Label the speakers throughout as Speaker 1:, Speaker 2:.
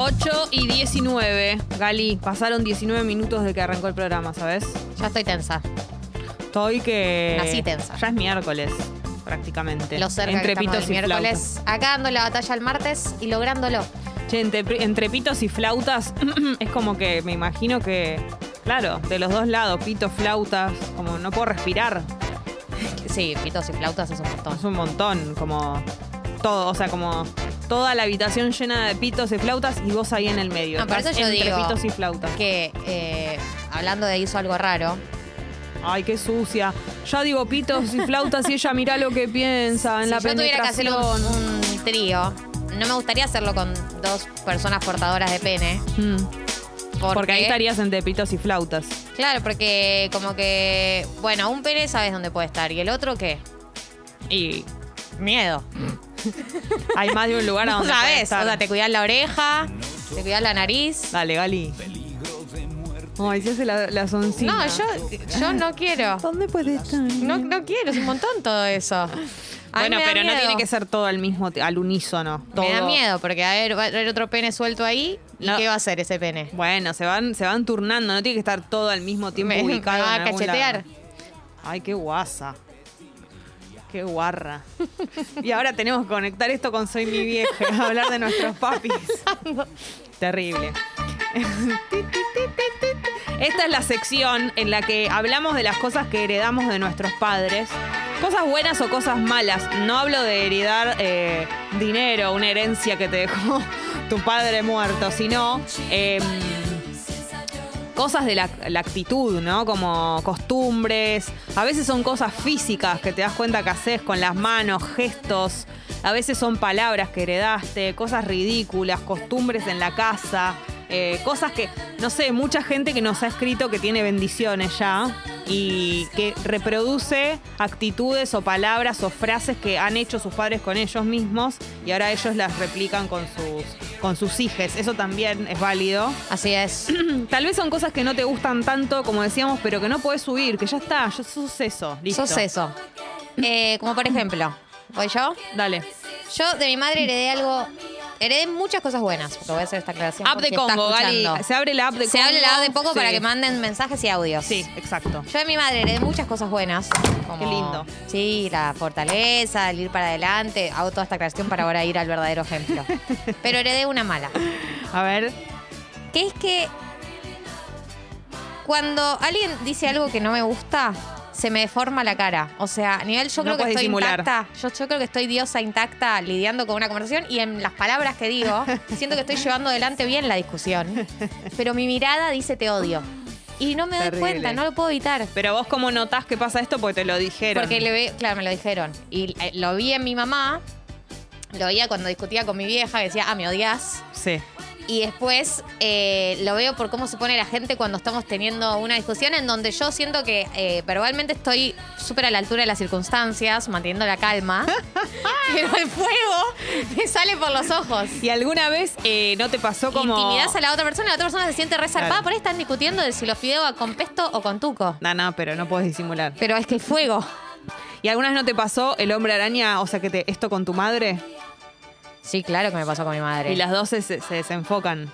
Speaker 1: 8 y 19. Gali, pasaron 19 minutos de que arrancó el programa, ¿sabes?
Speaker 2: Ya estoy tensa.
Speaker 1: Estoy que.
Speaker 2: Nací tensa.
Speaker 1: Ya es miércoles, prácticamente.
Speaker 2: Lo cerca
Speaker 1: entre
Speaker 2: que estamos
Speaker 1: pitos y
Speaker 2: del miércoles. Acá dando la batalla el martes y lográndolo.
Speaker 1: flautas. Che, entre, entre pitos y flautas, es como que me imagino que. Claro, de los dos lados, pitos, flautas, como no puedo respirar.
Speaker 2: Sí, pitos y flautas es un montón.
Speaker 1: Es un montón, como todo, o sea, como toda la habitación llena de pitos y flautas y vos ahí en el medio.
Speaker 2: Ah, por
Speaker 1: Estás
Speaker 2: eso yo
Speaker 1: entre
Speaker 2: digo
Speaker 1: pitos y flautas.
Speaker 2: Que eh, hablando de hizo algo raro,
Speaker 1: Ay, qué sucia. Ya digo pitos y flautas y ella mirá lo que piensa Ah, en
Speaker 2: si
Speaker 1: la
Speaker 2: yo tuviera que hacer un,
Speaker 1: penetración.
Speaker 2: un trío, no me gustaría hacerlo con dos personas portadoras de pene.
Speaker 1: Mm,
Speaker 2: Porque,
Speaker 1: Porque ahí estarías entre pitos y flautas.
Speaker 2: Claro, porque como que, bueno, un pene sabes dónde puede estar y el otro qué?
Speaker 1: Y
Speaker 2: Miedo.
Speaker 1: hay más de un lugar a
Speaker 2: No
Speaker 1: donde puede
Speaker 2: sabes,
Speaker 1: estar.
Speaker 2: o sea, te cuidas la oreja, te cuidas la nariz.
Speaker 1: Dale, Gali. Ay, se hace la, la soncina.
Speaker 2: No, yo, yo no quiero.
Speaker 1: ¿Dónde puede estar?
Speaker 2: No, no quiero, es un montón todo eso. A mí
Speaker 1: bueno,
Speaker 2: me da
Speaker 1: pero no
Speaker 2: miedo.
Speaker 1: tiene que ser todo al mismo, ti- al unísono. Todo.
Speaker 2: Me da miedo, porque a ver, va a haber otro pene suelto ahí. ¿Y
Speaker 1: No.
Speaker 2: qué va a hacer ese pene?
Speaker 1: Bueno, se van, se van turnando, no tiene que estar todo al mismo tiempo
Speaker 2: Me- me
Speaker 1: ubicado.
Speaker 2: va a
Speaker 1: en algún lado.
Speaker 2: cachetear.
Speaker 1: Ay, qué guasa. Qué guarra. y ahora tenemos que conectar esto con Soy mi vieja, hablar de nuestros papis. Terrible. Esta es la sección en la que hablamos de las cosas que heredamos de nuestros padres. Cosas buenas o cosas malas. No hablo de heredar eh, dinero, una herencia que te dejó tu padre muerto, sino eh, cosas de la, la actitud, ¿no? Como costumbres. A veces son cosas físicas que te das cuenta que haces con las manos, gestos. A veces son palabras que heredaste, cosas ridículas, costumbres en la casa. eh, cosas que, no sé, mucha gente que nos ha escrito que tiene bendiciones ya y que reproduce actitudes o palabras o frases que han hecho sus padres con ellos mismos y ahora ellos las replican con sus, con sus hijes. Eso también es válido.
Speaker 2: Así es.
Speaker 1: Tal vez son cosas que no te gustan tanto, como decíamos, pero que no podés subir, que ya está, yo sos eso. Listo.
Speaker 2: Sos eso. Eh, como por ejemplo, ¿voy yo?
Speaker 1: Dale.
Speaker 2: Yo de mi madre heredé algo. Heredé muchas cosas buenas, porque voy a hacer esta aclaración.
Speaker 1: App de
Speaker 2: porque está
Speaker 1: Congo, Gali.
Speaker 2: escuchando.
Speaker 1: Se abre la app de
Speaker 2: Se
Speaker 1: Congo.
Speaker 2: abre la app de poco
Speaker 1: Sí.
Speaker 2: para que manden mensajes y audios.
Speaker 1: Sí, exacto.
Speaker 2: Yo de mi madre heredé muchas cosas buenas. como-
Speaker 1: Qué lindo.
Speaker 2: Sí, la fortaleza, el ir para adelante. Hago toda esta aclaración para ahora ir al verdadero ejemplo. Pero heredé una mala.
Speaker 1: A ver.
Speaker 2: que es que cuando alguien dice algo que no me gusta, se me deforma la cara. O sea, a nivel yo
Speaker 1: No
Speaker 2: creo que
Speaker 1: podés
Speaker 2: estoy
Speaker 1: disimular.
Speaker 2: intacta. Yo, yo creo que estoy diosa intacta lidiando con una conversación y en las palabras que digo, siento que estoy llevando adelante bien la discusión. Pero mi mirada dice te odio. Y no me doy
Speaker 1: Terrible.
Speaker 2: cuenta, no lo puedo evitar.
Speaker 1: Pero vos, ¿cómo notás que pasa esto? Porque te lo dijeron.
Speaker 2: Porque le ve, claro, me lo dijeron. Y eh, lo vi en mi mamá, lo veía cuando discutía con mi vieja, que decía, ah, me odias.
Speaker 1: Sí.
Speaker 2: Y después eh, lo veo por cómo se pone la gente cuando estamos teniendo una discusión en donde yo siento que eh, verbalmente estoy súper a la altura de las circunstancias, manteniendo la calma, pero el fuego me sale por los ojos.
Speaker 1: ¿Y alguna vez eh, no te pasó como.
Speaker 2: Intimidás a la otra persona, la otra persona se siente resarpada,
Speaker 1: Claro.
Speaker 2: por ahí están discutiendo de si los fideos con pesto o con tuco.
Speaker 1: No, no, pero no podés disimular.
Speaker 2: Pero es que el fuego.
Speaker 1: ¿Y alguna vez no te pasó el hombre araña, o sea, que te, esto con tu madre?
Speaker 2: Sí, claro que me pasó con mi madre.
Speaker 1: Y las dos se, se desenfocan.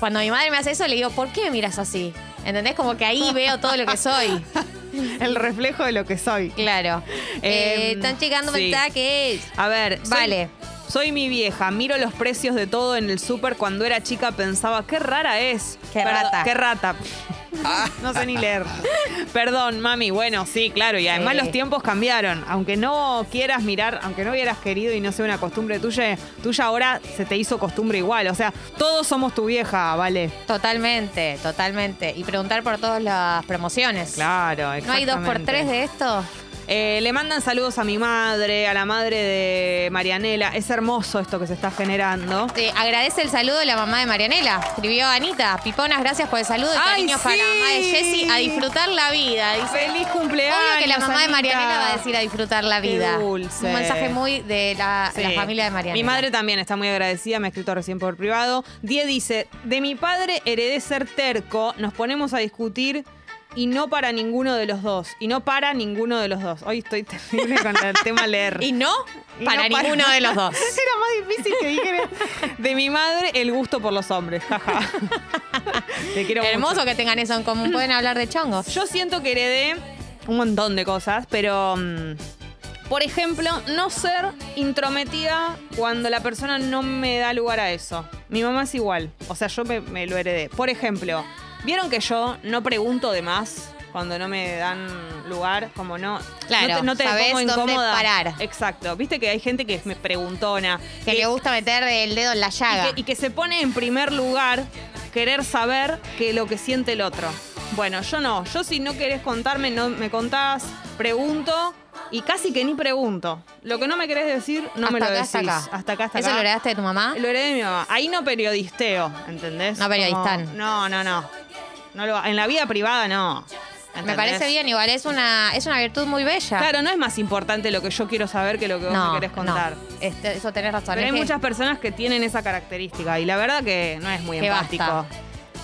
Speaker 2: Cuando mi madre me hace eso, le digo, ¿por qué me miras así? ¿Entendés? Como que ahí veo todo lo que soy.
Speaker 1: El reflejo de lo que soy.
Speaker 2: Claro. Eh,
Speaker 1: Em,
Speaker 2: están llegando
Speaker 1: sí.
Speaker 2: mensajes.
Speaker 1: A ver, soy-
Speaker 2: Vale.
Speaker 1: Soy mi vieja, miro los precios de todo en el súper. Cuando era chica pensaba, qué rara es.
Speaker 2: Qué rata.
Speaker 1: Qué rata. no sé ni leer. Perdón, mami. Bueno, sí, claro. Y además
Speaker 2: Sí.
Speaker 1: los tiempos cambiaron. Aunque no quieras mirar, aunque no hubieras querido y no sea una costumbre tuya, tuya ahora se te hizo costumbre igual. O sea, todos somos tu vieja, ¿vale?
Speaker 2: Totalmente, totalmente. Y preguntar por todas las promociones.
Speaker 1: Claro,
Speaker 2: ¿No hay dos por
Speaker 1: exactamente.
Speaker 2: tres de esto?
Speaker 1: Eh, le mandan saludos a mi madre, a la madre de Marianela. Es hermoso esto que se está generando.
Speaker 2: Te agradece el saludo de la mamá de Marianela. Escribió Anita. Piponas, gracias por el saludo. Y
Speaker 1: ¡Ay,
Speaker 2: cariños para la mamá de
Speaker 1: sí!
Speaker 2: Jessy. A disfrutar la vida. Dice.
Speaker 1: ¡Feliz cumpleaños!
Speaker 2: Obvio que la mamá de
Speaker 1: Anita.
Speaker 2: Marianela va a decir a disfrutar la
Speaker 1: Qué
Speaker 2: vida.
Speaker 1: dulce.
Speaker 2: Un mensaje muy de la,
Speaker 1: Sí.
Speaker 2: la familia de Marianela.
Speaker 1: Mi madre también está muy agradecida, me ha escrito recién por privado. Die dice, de mi padre heredé ser terco, nos ponemos a discutir y no para ninguno de los dos. Y no para ninguno de los dos. Hoy estoy terrible con el tema leer.
Speaker 2: Y no
Speaker 1: Y
Speaker 2: para
Speaker 1: no para-
Speaker 2: ninguno de los dos.
Speaker 1: Era más difícil que dijera de mi madre el gusto por los hombres. Jaja. Te quiero mucho.
Speaker 2: Hermoso que tengan eso en común. Pueden hablar de chongos.
Speaker 1: Yo siento que heredé un montón de cosas, pero. mm, por ejemplo, no ser intrometida cuando la persona no me da lugar a eso. Mi mamá es igual. O sea, yo me, me lo heredé. Por ejemplo, ¿vieron que yo no pregunto de más cuando no me dan lugar? Como no.
Speaker 2: Claro,
Speaker 1: no te, no te
Speaker 2: sabés
Speaker 1: pongo
Speaker 2: dónde
Speaker 1: incómoda.
Speaker 2: parar.
Speaker 1: Exacto. Viste que hay gente que es me preguntona.
Speaker 2: Que le gusta meter el dedo en la llaga.
Speaker 1: Y que, y que se pone en primer lugar querer saber que lo que siente el otro. Bueno, yo no. Yo si no querés contarme, no me contás, pregunto y casi que ni pregunto. Lo que no me querés decir, no me lo
Speaker 2: Hasta acá,
Speaker 1: decís.
Speaker 2: hasta acá.
Speaker 1: Hasta acá, hasta
Speaker 2: ¿Eso
Speaker 1: acá.
Speaker 2: lo heredaste de tu mamá?
Speaker 1: Lo heredé de mi mamá. Ahí no periodisteo, ¿entendés?
Speaker 2: No periodistán.
Speaker 1: Como, no, no, no. No lo- en la vida privada no.
Speaker 2: Me
Speaker 1: ¿entendés?
Speaker 2: parece bien, igual es una, es una virtud muy bella.
Speaker 1: Claro, no es más importante lo que yo quiero saber que lo que vos me querés contar.
Speaker 2: no. Este, eso tenés razón.
Speaker 1: Pero
Speaker 2: es
Speaker 1: hay
Speaker 2: que-
Speaker 1: muchas personas que tienen esa característica y la verdad que no es muy
Speaker 2: que
Speaker 1: empático.
Speaker 2: basta.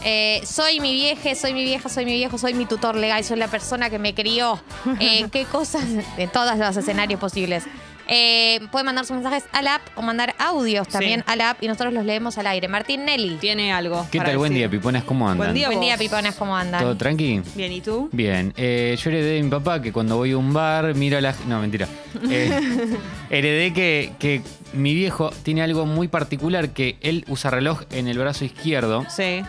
Speaker 2: Eh, soy mi vieje, soy mi vieja, soy mi viejo, soy mi tutor legal, soy la persona que me crió. Eh, ¿Qué cosas? De todos los escenarios posibles. Eh, pueden mandar sus mensajes a la app o mandar audios también a la app y nosotros los leemos al aire. Martín Nelly.
Speaker 1: Tiene algo.
Speaker 3: ¿Qué
Speaker 1: para
Speaker 3: tal? Buen día,
Speaker 1: decir.
Speaker 3: Piponas, ¿cómo andan?
Speaker 1: Buen día.
Speaker 2: Buen día,
Speaker 1: vos.
Speaker 2: Piponas, ¿cómo andan?
Speaker 3: ¿Todo tranqui?
Speaker 1: Bien, ¿y tú?
Speaker 3: Bien, eh, yo heredé de mi papá que cuando voy a un bar miro a la... No, mentira. Eh, heredé que, que mi viejo tiene algo muy particular, que él usa reloj en el brazo izquierdo
Speaker 1: Sí.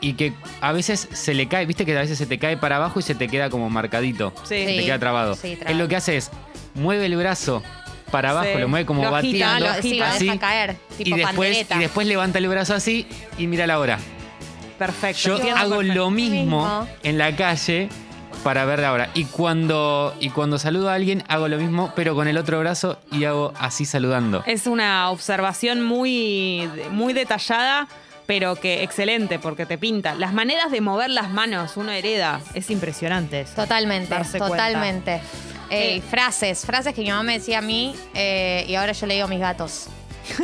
Speaker 3: y que a veces se le cae, viste que a veces se te cae para abajo y se te queda como marcadito.
Speaker 1: Sí.
Speaker 3: Se te
Speaker 2: Sí.
Speaker 3: queda trabado.
Speaker 2: Sí, trabado.
Speaker 3: Él lo que hace es, mueve el brazo para abajo,
Speaker 1: Sí.
Speaker 3: lo mueve como
Speaker 1: Lo agita,
Speaker 3: batiendo.
Speaker 1: lo-
Speaker 2: sí, Ah, lo
Speaker 3: así,
Speaker 2: deja caer, tipo
Speaker 3: y después,
Speaker 2: pandereta.
Speaker 3: y después levanta el brazo así y mira la hora.
Speaker 1: Perfecto.
Speaker 3: Yo
Speaker 1: Entiendo
Speaker 3: hago
Speaker 1: perfecto.
Speaker 3: lo mismo
Speaker 2: Mismo.
Speaker 3: en la calle para ver la hora. Y cuando, y cuando saludo a alguien, hago lo mismo, pero con el otro brazo y hago así saludando.
Speaker 1: Es una observación muy, muy detallada, pero que excelente, porque te pinta. Las maneras de mover las manos, uno hereda. Es impresionante eso.
Speaker 2: Totalmente,
Speaker 1: Darse cuenta.
Speaker 2: totalmente. Eh,
Speaker 1: Eh.
Speaker 2: Frases, frases que mi mamá me decía a mí eh, y ahora yo le digo a mis gatos.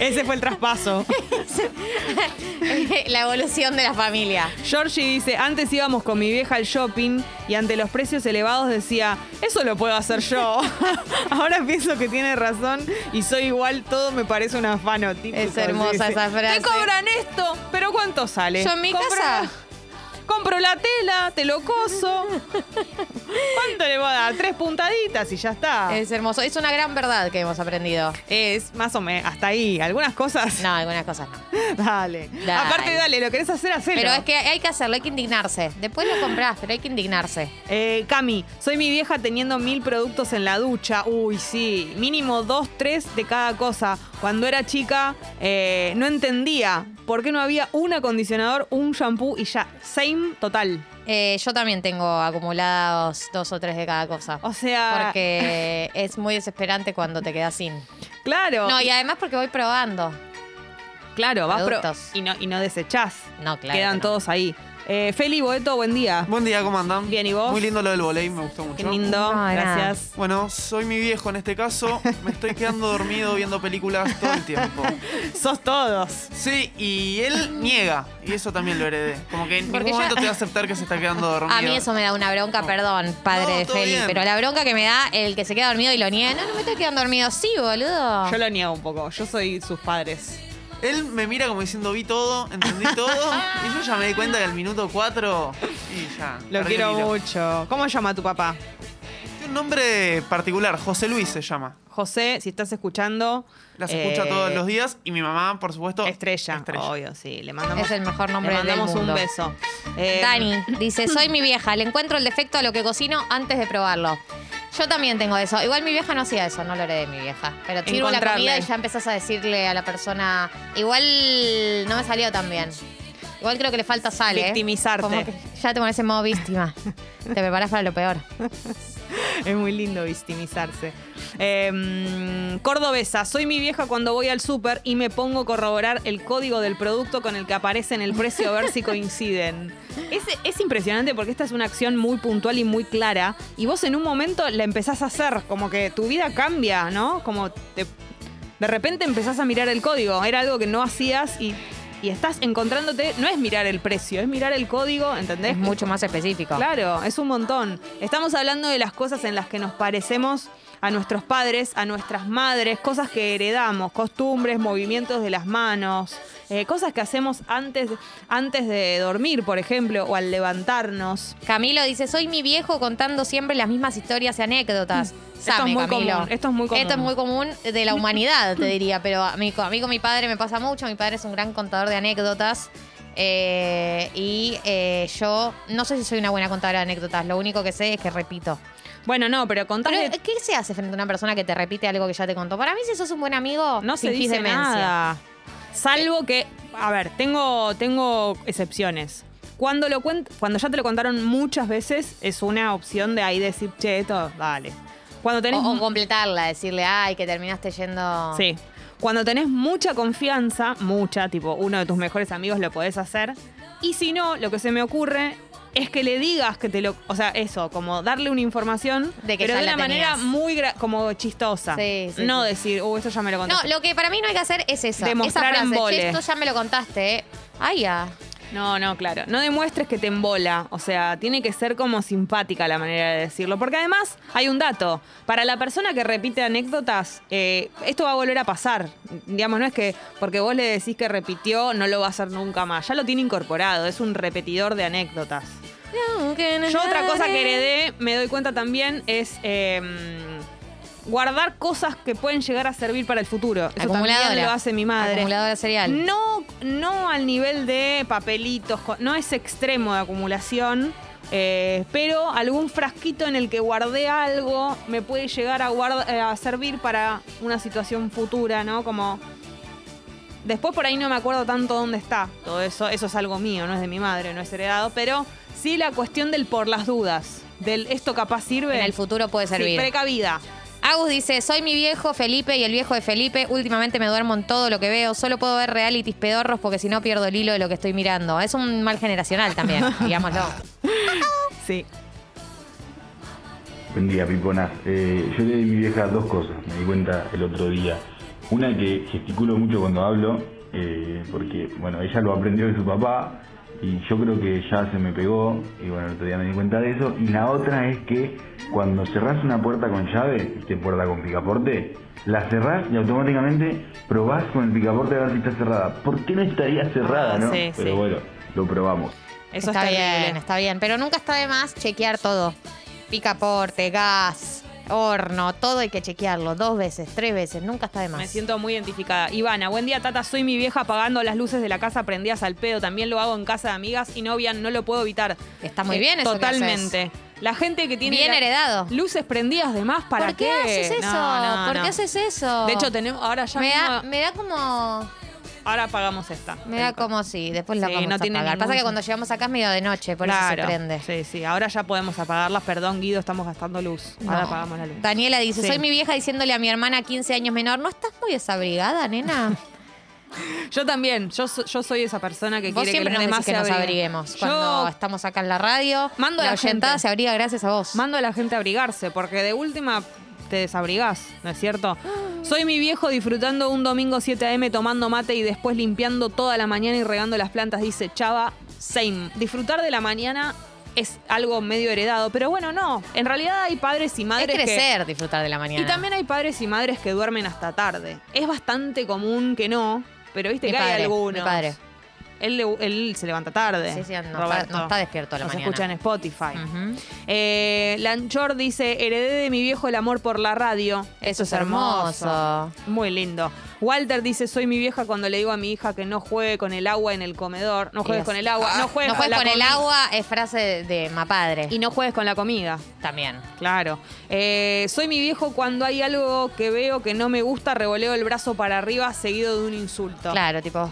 Speaker 1: Ese fue el traspaso.
Speaker 2: la evolución de la familia.
Speaker 1: Georgie dice, antes íbamos con mi vieja al shopping y ante los precios elevados decía, eso lo puedo hacer yo. Ahora pienso que tiene razón y soy igual, todo me parece un afano. típico.
Speaker 2: Es hermosa
Speaker 1: Sí, sí.
Speaker 2: esa frase.
Speaker 1: Te cobran esto, pero ¿cuánto sale?
Speaker 2: Yo en mi
Speaker 1: Compro-
Speaker 2: casa-
Speaker 1: Compro la tela, te lo coso. ¿Cuánto le voy a dar? Tres puntaditas y ya está. Es,
Speaker 2: Es hermoso. Es una gran verdad que hemos aprendido.
Speaker 1: más o menos, hasta ahí. Algunas cosas,
Speaker 2: No, algunas cosas no.
Speaker 1: dale.
Speaker 2: Dale.
Speaker 1: Aparte, dale, lo querés hacer, hacelo.
Speaker 2: Pero es que hay que hacerlo, hay que indignarse. Después lo comprás, pero hay que indignarse.
Speaker 1: Eh, Cami, soy mi vieja teniendo mil productos en la ducha. Uy, sí. Mínimo dos, tres de cada cosa. Cuando era chica, eh, no entendía por qué no había un acondicionador, un shampoo y ya. Same total.
Speaker 2: Eh, yo también tengo acumulados dos o tres de cada cosa.
Speaker 1: O sea.
Speaker 2: Porque es muy desesperante cuando te quedas sin.
Speaker 1: Claro.
Speaker 2: No, y además porque voy probando.
Speaker 1: claro, vas pro-
Speaker 2: productos.
Speaker 1: y no, y no desechás.
Speaker 2: No, claro.
Speaker 1: Quedan
Speaker 2: que no.
Speaker 1: todos ahí. Eh, Feli Boeto, buen día.
Speaker 4: Buen día, ¿cómo andan?
Speaker 1: Bien, ¿y vos?
Speaker 4: Muy lindo lo del volei, me gustó
Speaker 1: Qué
Speaker 4: mucho.
Speaker 1: lindo.
Speaker 2: No, de nada.
Speaker 1: Gracias.
Speaker 4: Bueno, soy mi viejo en este caso. Me estoy quedando dormido viendo películas todo el tiempo.
Speaker 1: Sos todos.
Speaker 4: Sí, y él niega. Y eso también lo heredé. Como que en
Speaker 2: Porque
Speaker 4: ningún
Speaker 2: ya-
Speaker 4: momento te va a aceptar que se está quedando dormido.
Speaker 2: A mí eso me da una bronca,
Speaker 4: No.
Speaker 2: perdón, padre
Speaker 4: No,
Speaker 2: de
Speaker 4: todo
Speaker 2: Feli.
Speaker 4: bien.
Speaker 2: Pero la bronca que me da el que se queda dormido y lo niega. No, no me estoy quedando dormido. Sí,
Speaker 4: Ah.
Speaker 2: boludo.
Speaker 1: Yo lo niego un poco. Yo soy sus padres.
Speaker 4: Él me mira como diciendo, vi todo, entendí todo. y yo ya me di cuenta que al minuto 4... Y ya.
Speaker 1: Lo
Speaker 4: perdí
Speaker 1: quiero
Speaker 4: el hilo.
Speaker 1: mucho. ¿Cómo llama tu papá?
Speaker 4: Tiene un nombre particular, José Luis se llama.
Speaker 1: José, si estás escuchando.
Speaker 4: Las escucha
Speaker 1: eh,
Speaker 4: todos los días. Y mi mamá, por supuesto...
Speaker 1: Estrella, obvio, sí. Le mandamos,
Speaker 2: Es el mejor nombre
Speaker 1: le
Speaker 2: del
Speaker 1: mandamos
Speaker 2: mundo.
Speaker 1: un beso. Eh,
Speaker 2: Dani dice, soy mi vieja, le encuentro el defecto a lo que cocino antes de probarlo. Yo también tengo eso. Igual mi vieja no hacía eso, no lo heredé de mi vieja. Pero sirvo la
Speaker 1: Encontrarle.
Speaker 2: comida y ya empezás a decirle a la persona, igual no me salió tan bien. Igual creo que le falta sal, ¿eh?
Speaker 1: Victimizarte.
Speaker 2: Como que ya te pones en modo víctima. te preparás para lo peor.
Speaker 1: Es muy lindo victimizarse. Eh, mm, cordobesa, soy mi vieja cuando voy al súper y me pongo a corroborar el código del producto con el que aparece en el precio a ver si coinciden. Es, es impresionante porque esta es una acción muy puntual y muy clara. Y vos en un momento la empezás a hacer, como que tu vida cambia, ¿no? Como te- de repente empezás a mirar el código. Era algo que no hacías y, y estás encontrándote, no es mirar el precio, es mirar el código, ¿entendés?
Speaker 2: Es mucho más específico.
Speaker 1: Claro, es un montón. Estamos hablando de las cosas en las que nos parecemos a nuestros padres, a nuestras madres, cosas que heredamos, costumbres, movimientos de las manos, eh, cosas que hacemos antes, antes de dormir, por ejemplo, o al levantarnos.
Speaker 2: Camilo dice, soy mi viejo contando siempre las mismas historias y anécdotas.
Speaker 1: Esto
Speaker 2: Same,
Speaker 1: es muy
Speaker 2: Camilo.
Speaker 1: común, esto es muy común.
Speaker 2: Esto es muy común de la humanidad, te diría, pero a mí, a mí con mi padre me pasa mucho, mi padre es un gran contador de anécdotas. eh, y eh, yo no sé si soy una buena contadora de anécdotas, lo único que sé es que repito.
Speaker 1: Bueno, no, pero
Speaker 2: Pero,
Speaker 1: contarle...
Speaker 2: ¿Qué se hace frente a una persona que te repite algo que ya te contó? Para mí, si sos un buen amigo,
Speaker 1: No se
Speaker 2: fingís
Speaker 1: dice
Speaker 2: demencia. Eh.
Speaker 1: nada. Salvo que, a ver, tengo, tengo excepciones. Cuando, lo cuen- cuando ya te lo contaron muchas veces, es una opción de ahí decir, che, esto, dale. Cuando tenés
Speaker 2: O, o completarla, decirle, ay, que terminaste yendo.
Speaker 1: Sí. Cuando tenés mucha confianza, mucha, tipo uno de tus mejores amigos lo podés hacer. Y si no, lo que se me ocurre es que le digas que te lo. O sea, eso, como darle una información.
Speaker 2: De que
Speaker 1: pero
Speaker 2: ya
Speaker 1: de una
Speaker 2: la
Speaker 1: manera
Speaker 2: tenías.
Speaker 1: muy gra- como chistosa.
Speaker 2: Sí, sí,
Speaker 1: no
Speaker 2: sí.
Speaker 1: decir, uh, eso ya me lo
Speaker 2: No,
Speaker 1: contaste.
Speaker 2: lo que para mí no hay que hacer es eso.
Speaker 1: Demostrar
Speaker 2: esa frase,
Speaker 1: embole.
Speaker 2: "Che, esto ya me lo contaste, ¿eh? Ay, ya.
Speaker 1: No, no, claro. No demuestres que te embola. O sea, tiene que ser como simpática la manera de decirlo. Porque además hay un dato. Para la persona que repite anécdotas, eh, esto va a volver a pasar. Digamos, no es que porque vos le decís que repitió, no lo va a hacer nunca más. Ya lo tiene incorporado. Es un repetidor de anécdotas. Yo otra cosa que heredé, me doy cuenta también, es... eh, Guardar cosas que pueden llegar a servir para el futuro. Eso
Speaker 2: Acumuladora.
Speaker 1: también lo hace mi madre.
Speaker 2: Acumuladora serial.
Speaker 1: No, no al nivel de papelitos, co- no es extremo de acumulación, eh, pero algún frasquito en el que guardé algo me puede llegar a, guarda- eh, a servir para una situación futura, ¿no? Como. Después por ahí no me acuerdo tanto dónde está todo eso. Eso es algo mío, no es de mi madre, no es heredado, pero sí la cuestión del por las dudas, del esto capaz sirve.
Speaker 2: En el futuro puede
Speaker 1: Sí,
Speaker 2: servir.
Speaker 1: precavida.
Speaker 2: Agus dice, soy mi viejo Felipe y el viejo de Felipe. Últimamente me duermo en todo lo que veo. Solo puedo ver realities pedorros porque si no pierdo el hilo de lo que estoy mirando. Es un mal generacional también, digámoslo.
Speaker 1: Sí.
Speaker 5: Buen día, Pipona. Eh, yo le di a mi vieja dos cosas, me di cuenta el otro día. Una que gesticulo mucho cuando hablo, eh, porque bueno, ella lo aprendió de su papá y yo creo que ya se me pegó y bueno, el otro día me di cuenta de eso. Y la otra es que cuando cerrás una puerta con llave, este puerta con picaporte, la cerrás y automáticamente probás con el picaporte a ver si está cerrada. ¿Por qué no estaría cerrada,
Speaker 1: Ah,
Speaker 5: no?
Speaker 1: sí,
Speaker 5: Pero
Speaker 1: sí.
Speaker 5: bueno, lo probamos.
Speaker 1: Eso
Speaker 2: está
Speaker 1: está
Speaker 2: bien, está bien. Pero nunca está de más chequear todo. Picaporte, gas, horno, todo hay que chequearlo. Dos veces, tres veces, nunca está de más.
Speaker 1: Me siento muy identificada. Ivana, buen día, Tata. Soy mi vieja apagando las luces de la casa prendidas al pedo. También lo hago en casa de amigas y novia, no lo puedo evitar.
Speaker 2: Está muy
Speaker 1: Eh,
Speaker 2: bien eso que
Speaker 1: Totalmente. La gente que tiene.
Speaker 2: Bien
Speaker 1: la-
Speaker 2: heredado.
Speaker 1: Luces prendidas de más, ¿para
Speaker 2: ¿Por qué, haces eso?
Speaker 1: No, no,
Speaker 2: ¿Por
Speaker 1: no.
Speaker 2: qué haces eso?
Speaker 1: De hecho, tenemos. Ahora ya.
Speaker 2: me da,
Speaker 1: mismo-
Speaker 2: me da como.
Speaker 1: ahora apagamos esta.
Speaker 2: Me da como sí, después la
Speaker 1: Sí,
Speaker 2: vamos
Speaker 1: no
Speaker 2: a
Speaker 1: tiene
Speaker 2: apagar.
Speaker 1: ningún-
Speaker 2: Pasa que cuando llegamos acá es medio de noche, por eso se prende.
Speaker 1: Sí, sí. Ahora ya podemos apagarlas. Perdón, Guido, estamos gastando luz. Ahora
Speaker 2: No.
Speaker 1: apagamos la luz.
Speaker 2: Daniela dice,
Speaker 1: Sí.
Speaker 2: soy mi vieja diciéndole a mi hermana 15 años menor, ¿no estás muy desabrigada, nena?
Speaker 1: Yo también. Yo, so- yo soy esa persona que
Speaker 2: vos
Speaker 1: quiere que
Speaker 2: siempre
Speaker 1: los
Speaker 2: nos
Speaker 1: demás
Speaker 2: decís que
Speaker 1: se
Speaker 2: nos
Speaker 1: abriguen.
Speaker 2: abriguemos.
Speaker 1: Yo
Speaker 2: Cuando estamos acá en la radio,
Speaker 1: Mando a
Speaker 2: la
Speaker 1: la gente.
Speaker 2: oyentada se abriga gracias a vos.
Speaker 1: Mando a la gente a abrigarse, porque de última te desabrigás, ¿no es cierto? Soy mi viejo disfrutando un domingo 7 a.m. tomando mate y después limpiando toda la mañana y regando las plantas, dice Chava Same. Disfrutar de la mañana es algo medio heredado, pero bueno, no. En realidad hay padres y
Speaker 2: es
Speaker 1: madres que-
Speaker 2: crecer, disfrutar de la mañana.
Speaker 1: Y también hay padres y madres que duermen hasta tarde. Es bastante común que no, pero viste
Speaker 2: Mi
Speaker 1: que hay
Speaker 2: padre,
Speaker 1: algunos.
Speaker 2: mi padre.
Speaker 1: Él, le- él se levanta tarde.
Speaker 2: Sí, sí, no está-
Speaker 1: Roberto.
Speaker 2: no está despierto a la
Speaker 1: Nos
Speaker 2: mañana. Mm.
Speaker 1: escucha en Spotify.
Speaker 2: Ujú.
Speaker 1: Eh, Lanchor dice, heredé de mi viejo el amor por la radio.
Speaker 2: Eso es hermoso.
Speaker 1: Muy lindo. Walter dice, soy mi vieja cuando le digo a mi hija que no juegue con el agua en el comedor. No juegues
Speaker 2: Y
Speaker 1: con
Speaker 2: es- Ah,
Speaker 1: el agua. no juegues,
Speaker 2: No juegues
Speaker 1: la
Speaker 2: con el
Speaker 1: comi-
Speaker 2: agua, es frase de, de mapadre.
Speaker 1: Y no juegues con la comida.
Speaker 2: también.
Speaker 1: Claro. Eh, soy mi viejo cuando hay algo que veo que no me gusta, revoleo el brazo para arriba seguido de un insulto.
Speaker 2: Claro, tipo.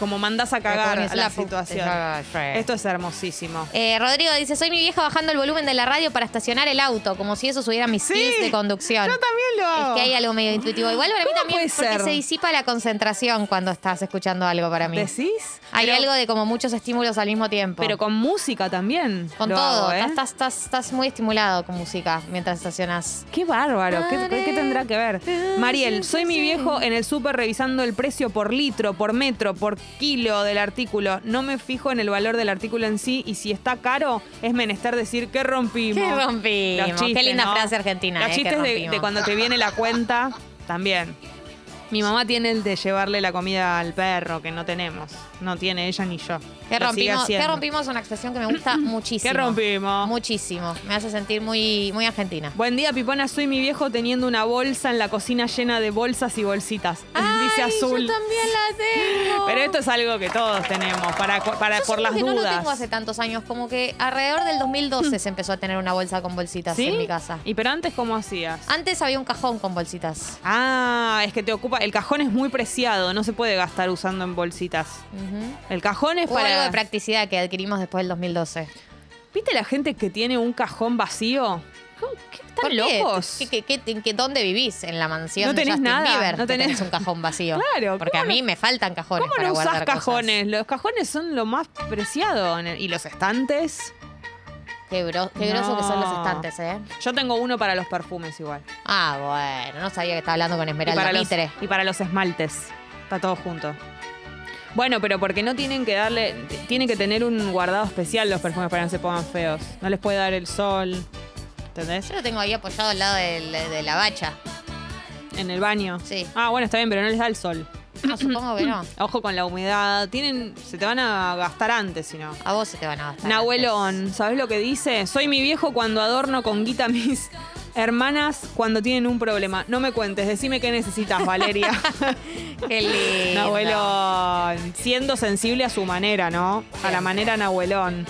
Speaker 1: como mandás a cagar
Speaker 2: pones
Speaker 1: a la
Speaker 2: la pu-
Speaker 1: situación.
Speaker 2: te cagas, re.
Speaker 1: Esto es hermosísimo.
Speaker 2: Eh, Rodrigo dice, soy mi vieja bajando el volumen de la radio para estacionar el auto, como si eso subiera mis
Speaker 1: Sí,
Speaker 2: skills de conducción.
Speaker 1: yo también lo hago.
Speaker 2: Es que hay algo medio intuitivo. Igual para mí
Speaker 1: ¿Cómo
Speaker 2: también,
Speaker 1: puede
Speaker 2: porque
Speaker 1: ser?
Speaker 2: se disipa la concentración cuando estás escuchando algo para mí.
Speaker 1: ¿Decís?
Speaker 2: Hay
Speaker 1: Pero-
Speaker 2: algo de como muchos estímulos al mismo tiempo.
Speaker 1: Pero con música también.
Speaker 2: Con
Speaker 1: lo
Speaker 2: todo.
Speaker 1: hago, ¿eh?
Speaker 2: estás, estás- estás muy estimulado con música mientras estacionás.
Speaker 1: Qué bárbaro, ¿Qué, qué, qué tendrá que ver? Mariel, soy mi viejo en el súper revisando el precio por litro, por metro, por kilo del artículo. No me fijo en el valor del artículo en sí y si está caro, es menester decir que rompimos.
Speaker 2: ¿Qué rompimos?
Speaker 1: Los chistes,
Speaker 2: Qué linda
Speaker 1: ¿no?
Speaker 2: frase argentina.
Speaker 1: Los
Speaker 2: eh, que
Speaker 1: chistes de- de,
Speaker 2: rompimos.
Speaker 1: cuando te viene la cuenta también. Mi mamá tiene el de llevarle la comida al perro, que no tenemos. No tiene ella ni yo.
Speaker 2: ¿Qué
Speaker 1: Lo sigue
Speaker 2: rompimos? ¿Qué
Speaker 1: haciendo.
Speaker 2: rompimos? Es una expresión que me gusta muchísimo.
Speaker 1: ¿Qué rompimos?
Speaker 2: Muchísimo. Me hace sentir muy, muy argentina.
Speaker 1: Buen día, Pipona. Soy mi viejo teniendo una bolsa en la cocina llena de bolsas y bolsitas. Dice azul.
Speaker 2: Yo también la tengo.
Speaker 1: Pero esto es algo que todos tenemos, para, para
Speaker 2: Yo
Speaker 1: por
Speaker 2: siento
Speaker 1: las
Speaker 2: que
Speaker 1: dudas. Mm.
Speaker 2: no lo tengo hace tantos años, como que alrededor del 2012 se empezó a tener una bolsa con bolsitas
Speaker 1: ¿Sí?
Speaker 2: en mi casa. Ah.
Speaker 1: ¿Y pero antes cómo hacías?
Speaker 2: Antes había un cajón con bolsitas.
Speaker 1: Ah, es que te ocupa. El cajón es muy preciado, no se puede gastar usando en bolsitas.
Speaker 2: Ujú.
Speaker 1: El cajón es
Speaker 2: Hubo
Speaker 1: para.
Speaker 2: algo de practicidad que adquirimos después del 2012.
Speaker 1: ¿Viste la gente que tiene un cajón vacío? ¿Cómo- qué- ¿Están
Speaker 2: ¿Por qué?
Speaker 1: locos?
Speaker 2: ¿Qué, qué- qué- en qué- dónde vivís? ¿En la mansión
Speaker 1: No
Speaker 2: de
Speaker 1: tenés
Speaker 2: Justin
Speaker 1: nada,
Speaker 2: Bieber?
Speaker 1: no
Speaker 2: que
Speaker 1: tenés-
Speaker 2: un cajón vacío.
Speaker 1: Claro,
Speaker 2: Porque a
Speaker 1: ¿cómo
Speaker 2: mí me faltan cajones
Speaker 1: ¿Cómo
Speaker 2: para
Speaker 1: no usás
Speaker 2: guardar cosas.
Speaker 1: cajones? Los cajones son lo más preciado. en el- ¿Y los estantes?
Speaker 2: Qué, gro- qué groso
Speaker 1: No.
Speaker 2: que son los estantes, ¿eh?
Speaker 1: Yo tengo uno para los perfumes igual.
Speaker 2: Ah, bueno, no sabía que estaba hablando con
Speaker 1: y
Speaker 2: Esmeralda
Speaker 1: para, los,
Speaker 2: Mitre.
Speaker 1: y para los esmaltes. Está todo junto. Bueno, pero porque no tienen que darle. t- Tienen que tener un guardado especial los perfumes para que no se pongan feos. No les puede dar el sol. ¿Entendés?
Speaker 2: Yo lo tengo ahí apoyado al lado del- de la bacha.
Speaker 1: En el baño.
Speaker 2: Sí.
Speaker 1: Ah, bueno, está bien, pero no les da el sol.
Speaker 2: No, Ah, supongo que no.
Speaker 1: Ojo con la humedad. Tienen, se te van a gastar antes, si no.
Speaker 2: A vos se te van a gastar. antes.
Speaker 1: Nahuelón, ¿sabes lo que dice? Soy mi viejo cuando adorno con guita mis hermanas cuando tienen un problema. No me cuentes, decime qué necesitas, Valeria.
Speaker 2: Qué lindo.
Speaker 1: Nahuelón. Siendo sensible a su manera, ¿no? A la manera Nahuelón.